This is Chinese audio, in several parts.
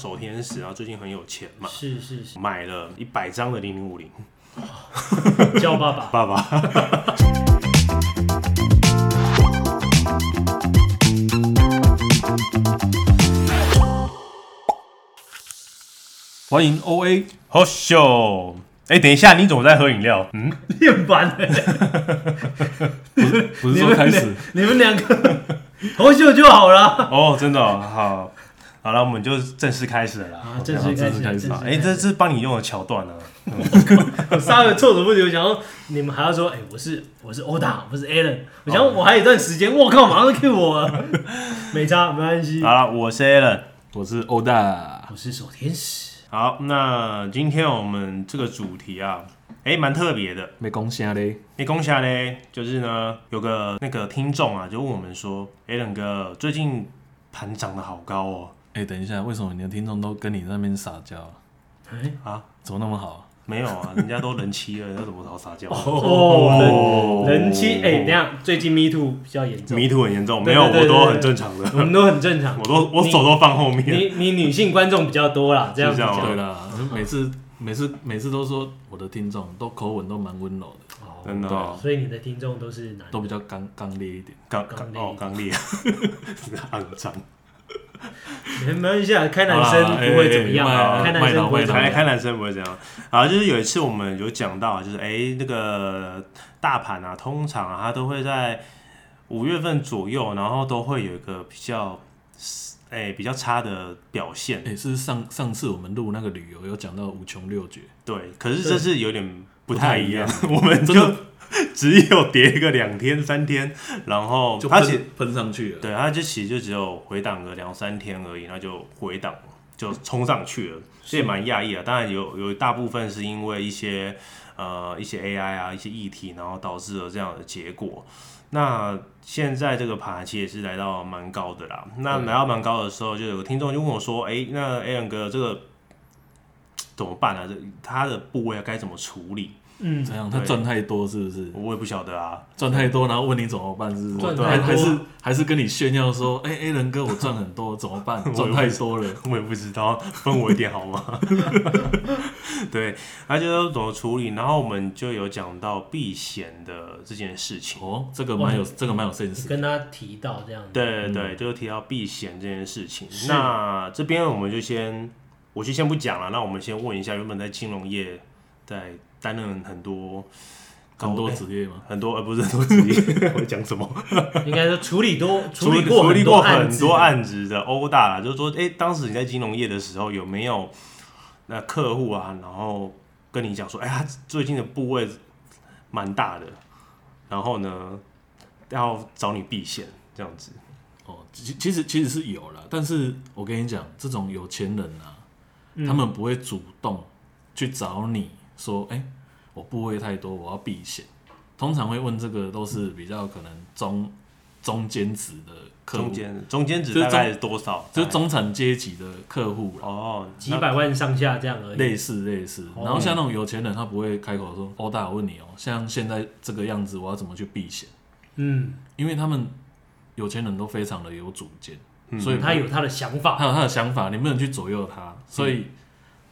守天使，然后最近很有钱嘛，是是是，买了一百张的零零五零， 叫爸爸。爸爸。欢迎 O A 好秀。哎、等一下，你怎么在喝饮料？嗯，面板、欸， 不是说开始，你们两个 投秀就好了。哦，真的哦、好，好了，我们就正式开始了啦。啊，正式开始，正式哎、这是帮你用的桥段啊。 我稍微措手不及，我想说你们还要说，哎、我是我是欧达，我是 Alan，我想我还有一段时间，我靠，马上就 Q 我 了，没差，没关系。好了，我是 Alan。我是欧大，我是守天使，好，那今天我们这个主题啊，哎、蛮特别的。没贡献嘞，你恭喜啊嘞，就是呢，有个那个听众啊，就问我们说，哎、冷哥，最近盘涨得好高哦，哎、等一下，为什么你的听众都跟你那边撒娇？哎、怎么那么好？没有啊，人家都人妻了，要怎么好撒娇？哦，人人妻，哎、等一下最近 Me Too 比较严重，迷途很严重，没对有，对我对都对很正常的，我们都很正常我。都我手都放后面。你你女性观众比较多啦，这样是子这样讲哦对啦，每次每次每次都说我的听众都口吻都蛮温柔的，真的哦哦，所以你的听众都是男的都比较刚刚烈一点。刚刚刚烈哦， 刚烈，肮脏，没没关系啊，开男好生啦不会怎么样哎啊，哎开男生不会麦怎么当开样。开男生不会这样。啊，就是有一次我们有讲到，就是哎、那个大盘啊，通常啊，它都会在五月份左右，然后都会有一个比较，哎、比较差的表现哎、。是上上次我们录那个旅游有讲到五穷六绝，对，可是这是有点不太一样，不我们真就只有跌个两天三天，然哦后就它其喷喷上去了。对啊它就其实就只有回档个两三天而已，然后就回档了就冲上去了，这也蛮讶异啊。当然有有一大部分是因为一些呃一些 AI 啊一些议题，然后导致了这样的结果。那现在这个爬其实也是来到蛮高的啦。那来到蛮高的时候，就有个听众就问我说：“哎、那 a n 哥这个怎么办啊？这他的部位该怎么处理？嗯，哦怎样？他对赚太多是不是？我也不晓得啊。赚太多，然后问你怎么办是不赚是？太还多还是还是跟你炫耀说，哎、哎，人哥我赚很多，怎么 办？赚太多了。我也不知道，分我一点好吗？ 对，他就说怎么处理，然后我们就有讲到避险的这件事情。哦，这个蛮有这个蛮有 sense 的。跟他提到这样子，对对嗯对，就提到避险这件事情。那这边我们就先，我就先不讲了。那我们先问一下，原本在金融业在担任很多高哦很多哎职业嘛，很多呃不是很多职业， 我讲什么？应该说处理多处理处理很过案很子，多案子的殴打啦，就是说，哎、当时你在金融业的时候有没有那客户啊，然后跟你讲说，哎、他最近的部位蛮大的，然后呢要找你避险这样子，哦，其其实其实是有了，但是我跟你讲，这种有钱人啊，嗯他们不会主动去找你说，哎、我部位太多，我要避险。通常会问这个都是比较可能中中间值的客户中，间中间值就是大概是多少？就大是概中产阶级的客户啦，哦，几百万上下这样而已。类似类似。哦然后像那种有钱人，他不会开口说，欧大，我问你哦、像现在这个样子，我要怎么去避险？嗯，因为他们有钱人都非常的有主见，嗯所以他有他的想法，他有他的想法，你不能去左右他。所以、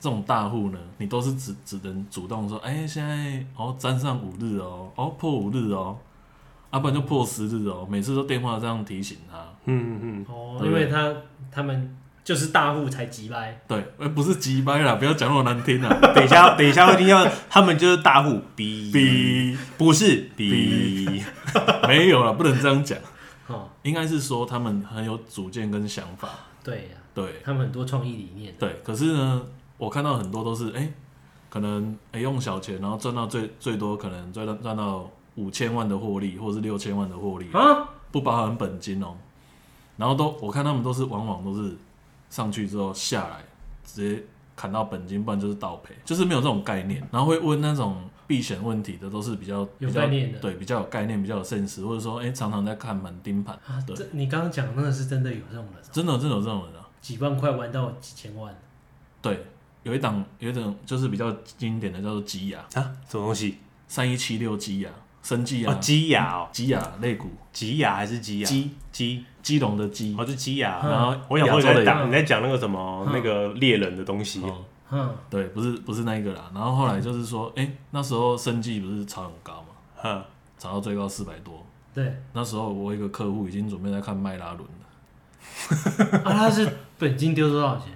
这种大户呢，你都是只只能主动说，哎、现在哦沾上五日哦，哦破五日哦，啊不然就破十日哦，每次都电话这样提醒他。嗯嗯哦，对因为他他们就是大户才急掰，对，哎、不是急掰啦，不要讲那么难听啊啦。嗯，等一下等一下会听到他们就是大户逼，逼不是啊逼， 没有啦，不能这样讲，哦，应该是说他们很有主见跟想法。对呀，对，他们很多创意理念，对，可是呢，我看到很多都是哎、可能哎、用小钱，然后赚到最最多可能赚到赚到五千万的获利，或者是六千万的获利，啊，不包含本金哦。然后都我看他们都是往往都是上去之后下来直接砍到本金，不然就是倒赔，就是没有这种概念。然后会问那种避险问题的，都是比较有比较概念的对，比较有概念，比较有 sense，或者说哎、常常在看满盯盘，啊对这你刚刚讲的那个是真的有这种人哦，真的真的有这种人啊。几万块玩到几千万，对，有一档有一种就是比较经典的叫做鸡牙。啊，什么东西？三一七六 G 啊，生技哦，啊，鸡牙哦，鸡啊，肋骨，鸡牙还是鸡牙？鸡鸡鸡笼的鸡哦，，就鸡牙。嗯然然后后我想说亚你洲的嗯在亚打你在讲那个什么那个猎人的东西，哦，嗯，对，不是不是那一个啦。然后后来就是说，哎、那时候生技不是炒很高嘛，嗯，炒到最高四百多。对，那时候我有一个客户已经准备在看迈拉伦了，啊，他是本金丢多少钱？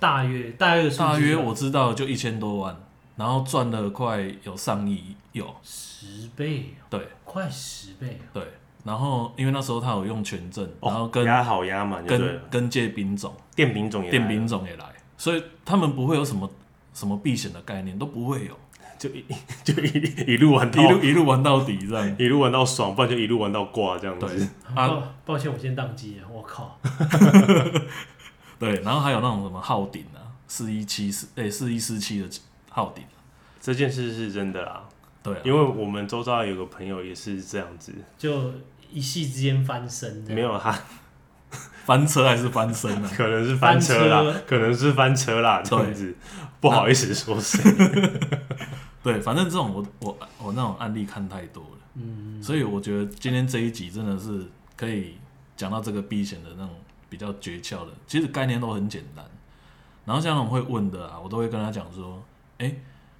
大约大约数字大约我知道就一千多万，然后赚了快有上亿有，十倍，对快十倍啊，对。然后因为那时候他有用权证，然后跟、压好压满就对跟哦了。跟借兵种。电饼种也来了电兵种也来，所以他们不会有什么什么避险的概念，都不会哦有，就一 就一一路玩到。一路一路玩到底这样一路玩到爽，不然就一路玩到挂这样对子。啊抱抱歉，我先宕机了，我靠，对，然后还有那种什么号顶啊，四一七四哎四一四七的号顶，这件事是真的啦，对啊，因为我们周遭有个朋友也是这样子，就一夕之间翻身，没，有 他翻车还是翻身啊？可能是翻车翻啦车，可能是翻车啦，这样子不好意思说谁。对，反正这种我我我那种案例看太多了，嗯，所以我觉得今天这一集真的是可以讲到这个避险的那种比较诀窍的，其实概念都很简单。然后像那种会问的啊，我都会跟他讲说，哎、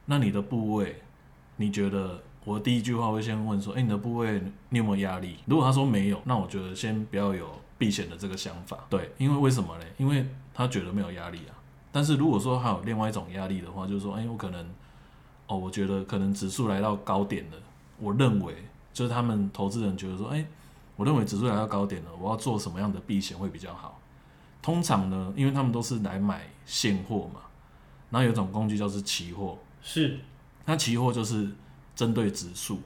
那你的部位，你觉得？我第一句话会先问说，哎、你的部位你有没有压力？如果他说没有，那我觉得先不要有避险的这个想法。对，因为为什么嘞？因为他觉得没有压力啊。但是如果说还有另外一种压力的话，就是说，哎、我可能，哦，我觉得可能指数来到高点了，我认为就是他们投资人觉得说，哎、我认为指数来到高点了，我要做什么样的避险会比较好？通常呢，因为他们都是来买现货嘛，然后有一种工具叫是期货，是那期货就是针对指数，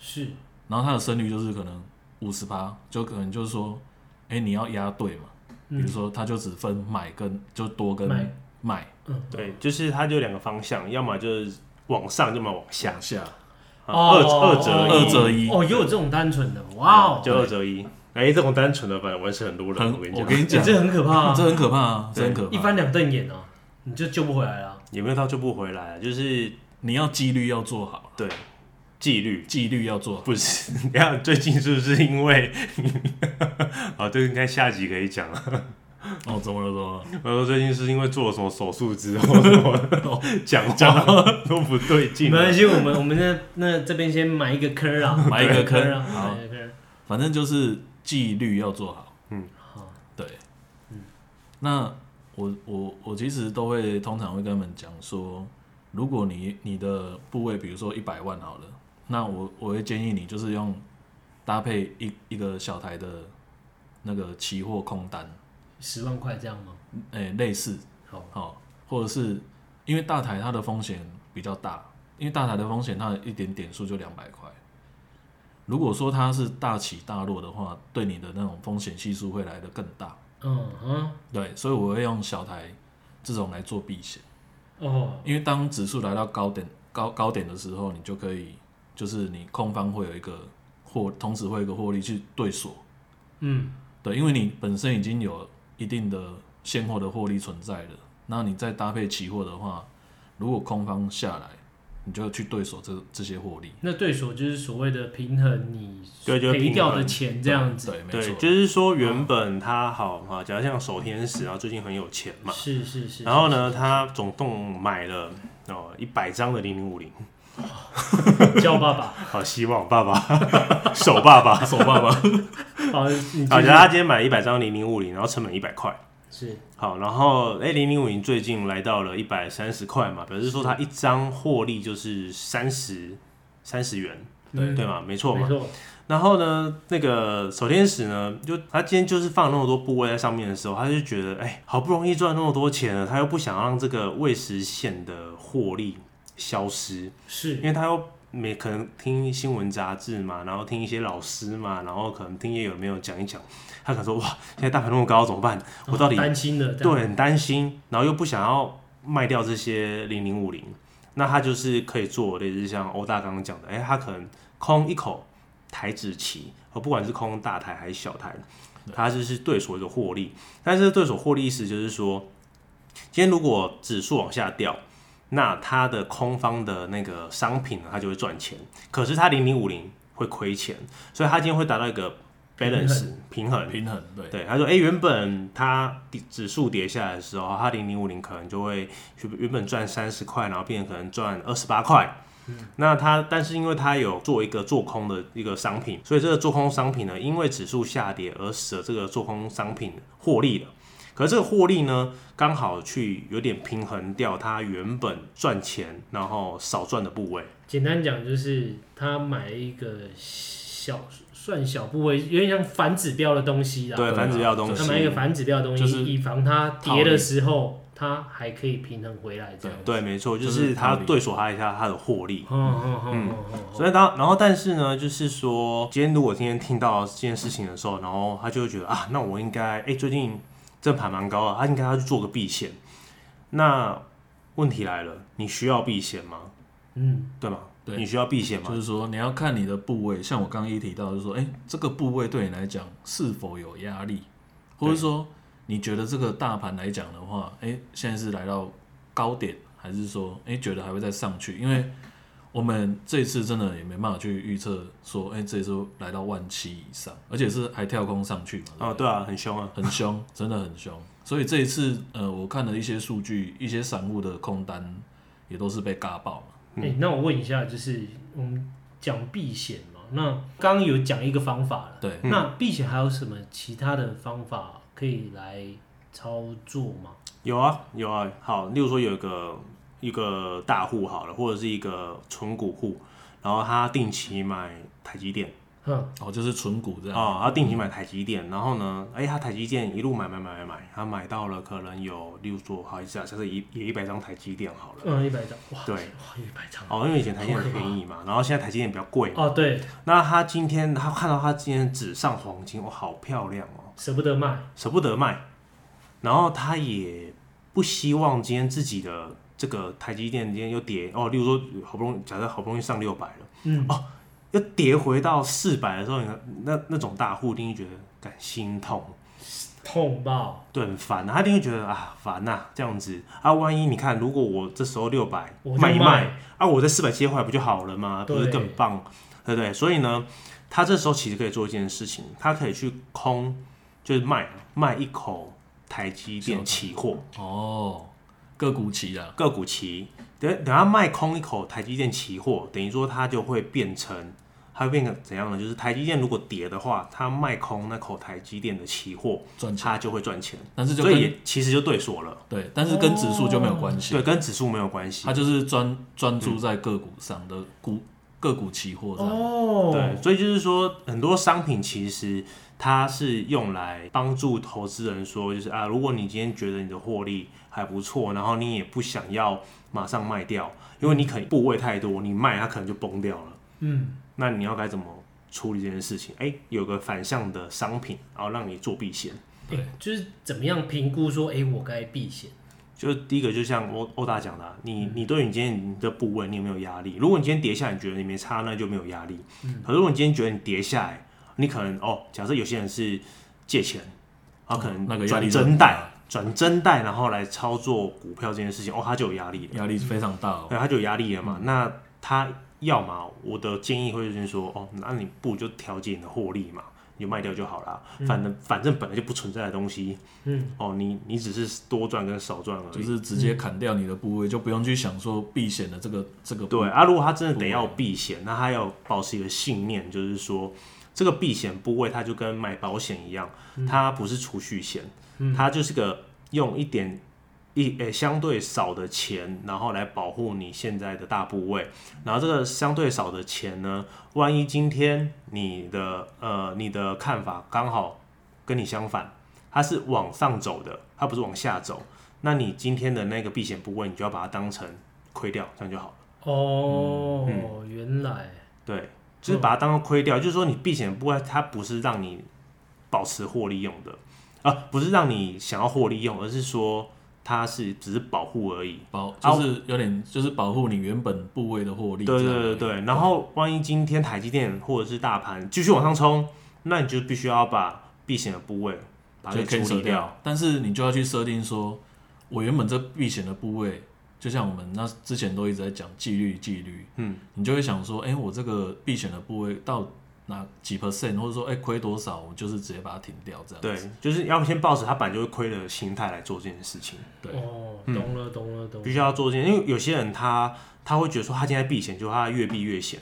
是，然后它的胜率就是可能五十趴，就可能就是说，哎、你要压对嘛，比如嗯，说它就只分买跟就多跟买卖嗯， 对，就是他就两个方向，要么就是往上，要么往下，两下，啊哦二二折嗯二折一哦，也有这种单纯的，哇哦，就二折一。哎，这种单纯的反正我认识很多人，很我跟你我讲，跟你欸讲，这很可怕这啊，很可怕啊，这很可一怕。翻两瞪眼啊，你就救不回来了，也没有到就不回来了，就是你要纪律要做好，对纪律。 纪律要做好。不是，你看最近是不是因为， 啊，这个应该下集可以讲啊。哦，怎么了？怎么了？我说最近是因为做了什么手术之后，什么讲话都不对没劲啊了。关系，我们我们那那这边先埋一个坑 啊，埋一个坑啊，好埋一个坑，反正就是纪律要做好。好，对，那我我我其实都会通常会跟他们讲说，如果你你的部位比如说一百万好了，那我我会建议你就是用搭配一一个小台的那个期货空单，十万块这样吗？诶、类似好，哦好、或者是因为大台它的风险比较大，因为大台的风险它的一点点数就两百块。如果说它是大起大落的话，对你的那种风险系数会来得更大。嗯嗯，对，所以我会用小台这种来做避险，哦，因为当指数来到高点高高点的时候，你就可以就是你空方会有一个获，同时会有一个获利去对锁。嗯，对，因为你本身已经有一定的现货的获利存在了，那你再搭配期货的话，如果空方下来，你就去对手这这些获利。那对手就是所谓的平衡你对就是赔掉平的衡钱这样子，对，没对，错，就是说原本他好哈，假如像守天使啊，最近很有钱嘛，是是是，然后呢，他总共买了哦一百张的零零五零，是，叫爸爸，好希望爸爸 守爸爸。手爸爸好，你好，假继续如他今天买一百张零零五零，然后成本一百块。是好，然后哎，零零五零最近来到了一百三十块嘛，表示说它一张获利就是三十三十元，嗯对吗？没错没嘛。错，然后呢，那个守天使呢，就他今天就是放那么多部位在上面的时候，他就觉得哎，好不容易赚那么多钱了，他又不想让这个未实现的获利消失，是因为他又每可能听新闻杂志嘛，然后听一些老师嘛，然后可能听也有没有讲一讲，他可能说哇，现在大盘那么高怎么办？我到底担心的，这样对，很担心，然后又不想要卖掉这些零零五零，那他就是可以做类似像欧大刚刚讲的，哎、他可能空一口台子棋，而不管是空大台还是小台，他就是对所谓的获利。但是对手获利意思就是说，今天如果指数往下掉。那它的空方的那个商品呢，它就会赚钱。可是它零零五零会亏钱，所以他今天会达到一个 balance 平衡。平衡对，对，他说，哎、原本它底指数跌下来的时候，它零零五零可能就会去原本赚三十块，然后变成可能赚二十八块。那它，但是因为它有做一个做空的一个商品，所以这个做空商品呢，因为指数下跌而使得这个做空商品获利了。可是这个获利呢，刚好去有点平衡掉它原本赚钱然后少赚的部位。简单讲就是他买一个小算小部位，有点像反指标的东西啦。对，反指标的东他西。买一个反指标的东西，就是以防它套跌利的时候，它还可以平衡回来这样。对，没错，就就是是他套利对锁它一下它的获利。哦哦哦哦哦哦所以当然后但是呢，就是说，今天如果今天听到这件事情的时候，然后他就会觉得啊，那我应该哎、最近这盘蛮高啊，他应该要去做个避险。那问题来了，你需要避险吗？嗯，对吗？对你需要避险就吗？是说你要看你的部位，像我刚刚一提到，就是说，哎、这个部位对你来讲是否有压力，或者说你觉得这个大盘来讲的话，哎、现在是来到高点，还是说，哎、觉得还会再上去？因为我们这次真的也没办法去预测说，哎、这次来到万七以上，而且是还跳空上去嘛，哦，对啊，很凶啊。很凶，真的很凶。所以这一次，呃，我看了一些数据，一些散户的空单也都是被嘎爆嘛。嗯哎、那我问一下，就是我们讲避险嘛，那刚刚有讲一个方法了，对，那避险还有什么其他的方法可以来操作吗？有啊，有啊。好，例如说有一个一个大户好了，或者是一个纯股户，然后他定期买台积电。哼，哦，就是纯股这样。哦，他定期买台积电，然后呢，哎、他台积电一路买买买买买，他买到了可能有，例如说，好意思啊，假设一也一百张台积电好了，嗯，一百张，哇，对哇，一百张，啊哦，因为以前台积电很便宜嘛，然后现在台积电比较贵嘛，哦，对，那他今天他看到他今天纸上黄金，哇、好漂亮哦，舍不得卖，舍不得卖，然后他也不希望今天自己的这个台积电今天又跌，哦，例如说好不容易，假设好不容易上六百了。哦嗯，又跌回到四百的时候，你看那那种大户一定觉得感心痛，痛爆，对，很烦、啊，他一定会觉得啊烦呐、这样子啊，万一你看，如果我这时候六百我就卖一卖卖啊，我在四百接回来不就好了吗？不是对更棒，对不对？所以呢，他这时候其实可以做一件事情，他可以去空，就是卖卖一口台积啊电期货哦，个股期啊，个股期，等等他卖空一口台积电期货，等于说它就会变成。它会变成怎样呢？就是台积电如果跌的话，它卖空那口台积电的期货，赚钱，它就会赚钱，但是就所以跟也其实就对锁了。对，但是跟指数就没有关系，对，跟指数没有关系它。就是专专注在个股上的股个股期货上。哦，对，所以就是说，很多商品其实它是用来帮助投资人说，就是啊，如果你今天觉得你的获利还不错，然后你也不想要马上卖掉，因为你可能部位太多，你卖它可能就崩掉了。嗯，那你要该怎么处理这件事情？哎、有个反向的商品，然后让你做避险。哎、就是怎么样评估说，哎、我该避险，就是第一个，就像欧欧大讲的啊、嗯你你对你今天你的部位，你有没有压力？如果你今天跌下来，你觉得你没差，那就没有压力。嗯可是如果你今天觉得你跌下来，你可能哦，假设有些人是借钱，他可哦那个能压转力就很真贷大，转真贷，然后来操作股票这件事情，哦，他就有压力了，压力非常大哦，对，他就有压力了嘛。那他要嘛，我的建议会就是说，哦，那你不如就调节你的获利嘛，你就卖掉就好啦。嗯反正反正本来就不存在的东西，嗯，哦，你你只是多赚跟少赚而已。就是直接砍掉你的部位，就不用去想说避险的这个这个部对啊，如果他真的得要避险，那他要保持一个信念，就是说这个避险部位，它就跟买保险一样，嗯它不是储蓄险，它就是个用一点一诶、相对少的钱，然后来保护你现在的大部位，然后这个相对少的钱呢，万一今天你的呃你的看法刚好跟你相反，它是往上走的，它不是往下走。那你今天的那个避险部位，你就要把它当成亏掉，这样就好了。哦，原来，对，就是把它当做亏掉，就是说你避险部位它不是让你保持获利用的，啊、不是让你想要获利用，而是说它是只是保护而已。保，啊就是有点就是保护你原本部位的获利。对这对样对对，然后万一今天台积电或者是大盘继续往上冲，那你就必须要把避险的部位把它就可给以处舍理掉。掉。但是你就要去设定说，我原本这避险的部位，就像我们那之前都一直在讲纪律，纪律，嗯，你就会想说，哎、我这个避险的部位到哪几 percent，或者说，哎、亏多少，我就是直接把它停掉，这样子。对，就是要先抱着他本来就会亏的心态来做这件事情，对哦，懂了，懂了，懂必了。须要做这件，因为有些人他他会觉得说他现在避险，就他越避越险，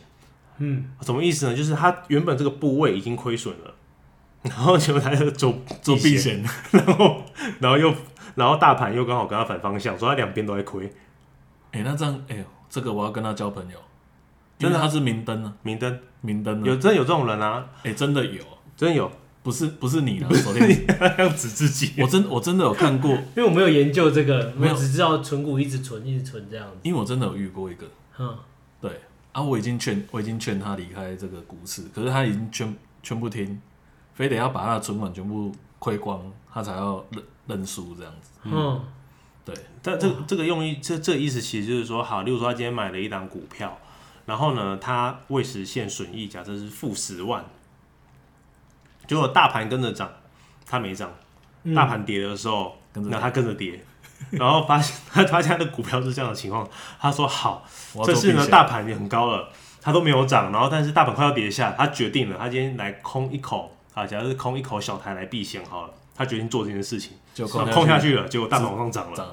嗯，什么意思呢？就是他原本这个部位已经亏损了， 然后结果他就做做避险， 险，然后然后又然后大盘又刚好跟他反方向，所以他两边都在亏。哎、那这样，哎、呦，这个我要跟他交朋友，真的因为他是明灯啊，明灯明灯啊，有真的有这种人啊，哎、真的有，真的有， 不是不是你啦，昨天要指自己。我真我真的有看过，因为我没有研究这个，我没有只知道存股一直存，一直存这样子。因为我真的有遇过一个，嗯，对啊，我已经劝我已经劝他离开这个股市，可是他已经劝劝不听，非得要把他的存款全部亏光，他才要认认输这样子。嗯，对，但这这个用意，这这意思其实就是说，好，例如说他今天买了一档股票，然后呢，他未实现损益，假设是负十万，结果大盘跟着涨，他没涨；嗯大盘跌的时候，跟着那他跟着跌。然后发现他发现他的股票是这样的情况，他说好，我要这做次避呢险。大盘也很高了，它都没有涨，然后但是大盘快要跌下，他决定了，他今天来空一口啊，假如是空一口小台来避险好了，他决定做这件事情，就然空后空下去去了，结果大盘往上涨了，涨。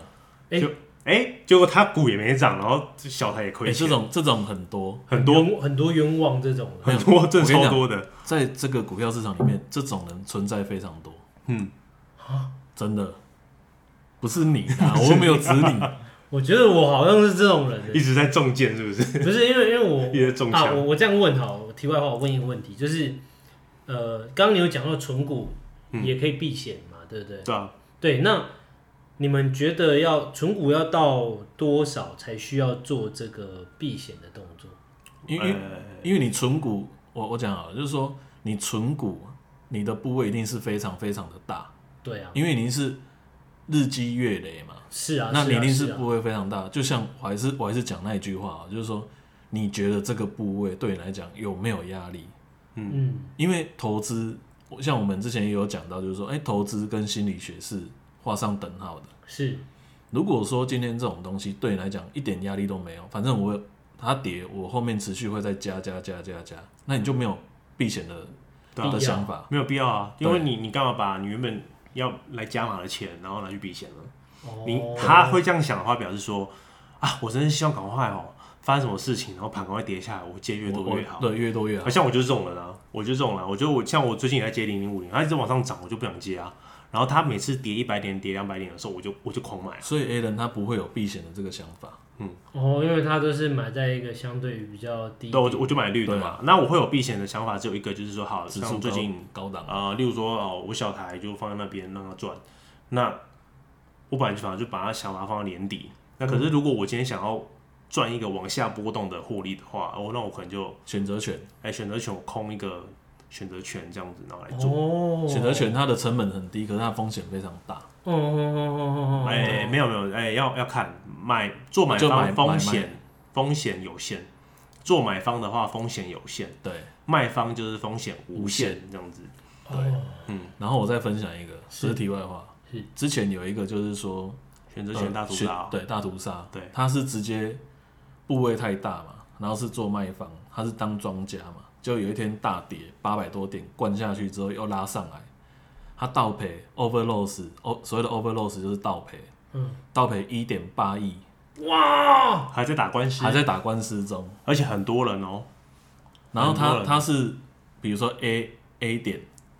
哎就哎、结果他股也没涨，然后小台也亏哎，这钱，种这种很多，很多冤很多冤枉这种的，很多挣我跟你超讲多的，在这个股票市场里面，这种人存在非常多，嗯，真的不是你啊，我又没有指你。我觉得我好像是这种人欸一直在中箭是不是？不是因为因为我一直中啊，枪，我我这样问好，我题外话，我问一个问题，就是呃，刚刚你有讲到存股嗯也可以避险嘛，对不对？对啊，对，那你们觉得要存股要到多少才需要做这个避险的动作？因为呃因为你存股，我我讲好了，就是说你存股，你的部位一定是非常非常的大，对啊，因为你是日积月累嘛，是啊，那啊你一定是是啊部位非常大。就像我还是我还是讲那一句话啊，就是说你觉得这个部位对你来讲有没有压力？嗯因为投资，我像我们之前也有讲到，就是说，哎、投资跟心理学是画上等号的。是如果说今天这种东西对你来讲一点压力都没有，反正我它跌，我后面持续会再加加加加加，那你就没有避险的对啊的想法。没有必要啊，对因为你你干嘛把你原本要来加码的钱，然后拿去避险呢？哦，你他会这样想的话，表示说啊，我真是希望赶快哦，发生什么事情，然后盘赶快跌下来，我接越我多我越好。对，越多越好啊，。像我就是这种人啊，我就是这种人啊、我觉得我像我最近也在接零零五零，它一直往上涨，我就不想接啊。然后它每次跌一百点、跌两百点的时候，我就我就狂买啊。所以 A 人他不会有避险的这个想法，哦，因为他都是买在一个相对于比较低对，我就我就买绿的对啊嘛。那我会有避险的想法，只有一个，就是说，好，指数啊像最高近高档，啊，例如说哦，我小台就放在那边让它赚，那我本来就反正就把它想法放到年底。那可是嗯如果我今天想要赚一个往下波动的获利的话，哦，那我可能就选择权，哎选择权我空一个选择权这样子，然后来做。哦，选择权它的成本很低，可是它风险非常大。哦，哦哦哦哦哦，哎，没有没有，哎，要要看买做买就买方风买险风险有限，做买方的话风险有限，对，卖方就是风险无无限限这样子。哦然后我再分享一个，是这是题外话是。之前有一个就是说，选择权大屠杀呃哦，选对大屠杀，对他是直接部位太大嘛，然后是做卖方，他是当庄家嘛，就有一天大跌八百多点灌下去之后又拉上来，他倒赔 over loss，哦，所谓的 over loss 就是倒赔，嗯，倒赔一点八亿，哇，哦还在打官司还，在打官司中。而且很多人哦，然后很多他人他是比如说 A A 点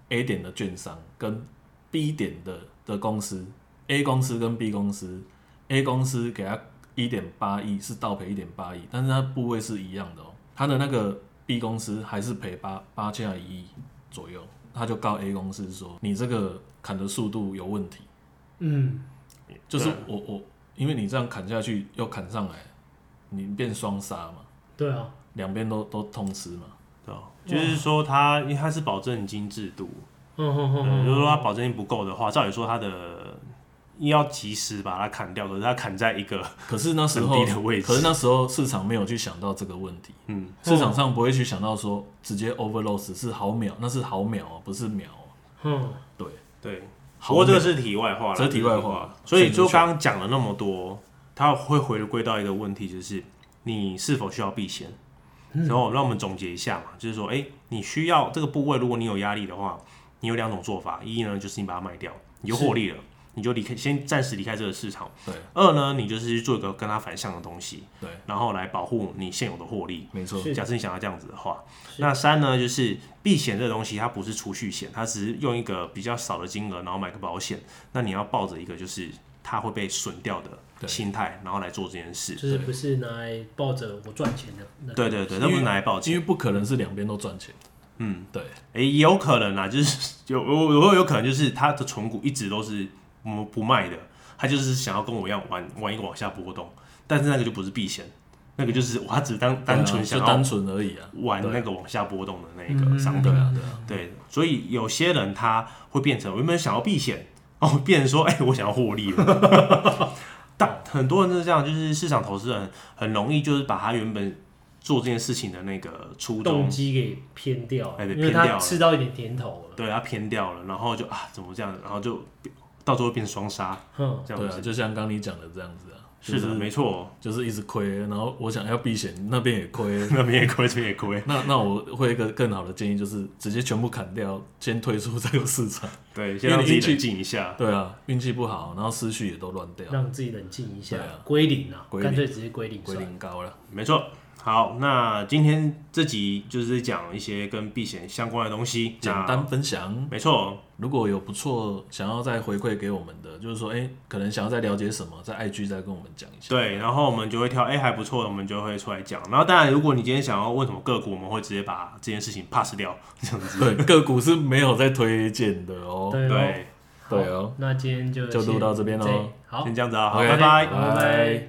A 点的券商跟 B 点的的公司，A 公司跟 B 公司，A 公司给他一点八亿是倒赔一点八亿，但是它部位是一样的哦，他的那个 B 公司还是赔八八加一亿左右，他就告 A 公司说你这个砍的速度有问题，嗯，就是对我我因为你这样砍下去又砍上来，你变双杀嘛，对啊，两边都都通吃嘛，对哦，就是说它因为它是保证金制度，嗯哼哼哦嗯，哼，就是说它保证金不够的话，照理说它的要及时把它砍掉，可是它砍在一个可是那时很候低的位置可是那时候市场没有去想到这个问题，嗯，市场上不会去想到说直接 overloss 是毫秒，那是毫秒哦，不是秒哦。嗯，对，对。不毫过这个秒是题外话啦，这是题外话所以选择就权刚刚讲了那么多，它会回归到一个问题，就是你是否需要避险。然后让我们总结一下嘛，就是说，哎，你需要这个部位，如果你有压力的话，你有两种做法：一呢，就是你把它卖掉，你就获利了，你就离开，先暂时离开这个市场；对二呢，你就是去做一个跟它反向的东西，对，然后来保护你现有的获利。没错，是假设你想要这样子的话，是那三呢，就是避险这个东西，它不是储蓄险，它只是用一个比较少的金额，然后买个保险。那你要抱着一个就是它会被损掉的对心态，然后来做这件事。就是不是拿来抱着我赚钱的那对个，对对，那不是拿来报警因。为不可能是两边都赚钱。嗯，对，诶、也有可能啦，啊就是有有有有可能就是他的存股一直都是我们不卖的，他就是想要跟我一样玩玩一个往下波动，但是那个就不是避险，那个就是我他只是单单纯对想啊就单要纯而已啊。玩那个往下波动的那一个商品对。啊，对啊，对，所以有些人他会变成原本想要避险，哦，变成说，哎、我想要获利了。 但很多人就是这样，就是市场投资人很容易就是把他原本做这件事情的那个初衷动，机给偏掉，哎被因为偏掉他了吃到一点甜头了。对他偏掉了，然后就啊怎么这样，然后就到最后变双杀哼，这对样啊，子。就像刚你讲的这样子啊，就是的，没错，，就是一直亏，然后我想要避险，那边也亏 那边也亏，这边也亏。那那我会有一个更好的建议，就是直接全部砍掉，先退出这个市场。对，先让自己冷静一下。对啊，运气不好，然后思绪也都乱掉，让自己冷静一下啊对啊，归零啊，归零干脆直接归零归算了。零高了。没错。好，那今天这集就是讲一些跟避险相关的东西。简那单分享，没错，哦如果有不错想要再回馈给我们的，就是说，哎、可能想要再了解什么，在 IG 再跟我们讲一下。对，然后我们就会挑，哎、还不错的，我们就会出来讲。然后当然，如果你今天想要问什么个股，我们会直接把这件事情 pass 掉，这样子。对，个股是没有在推荐的哦。对哦，对，好对哦，那今天就就录先到这边咯样好先，这样子啊，好， OK，拜拜。拜拜。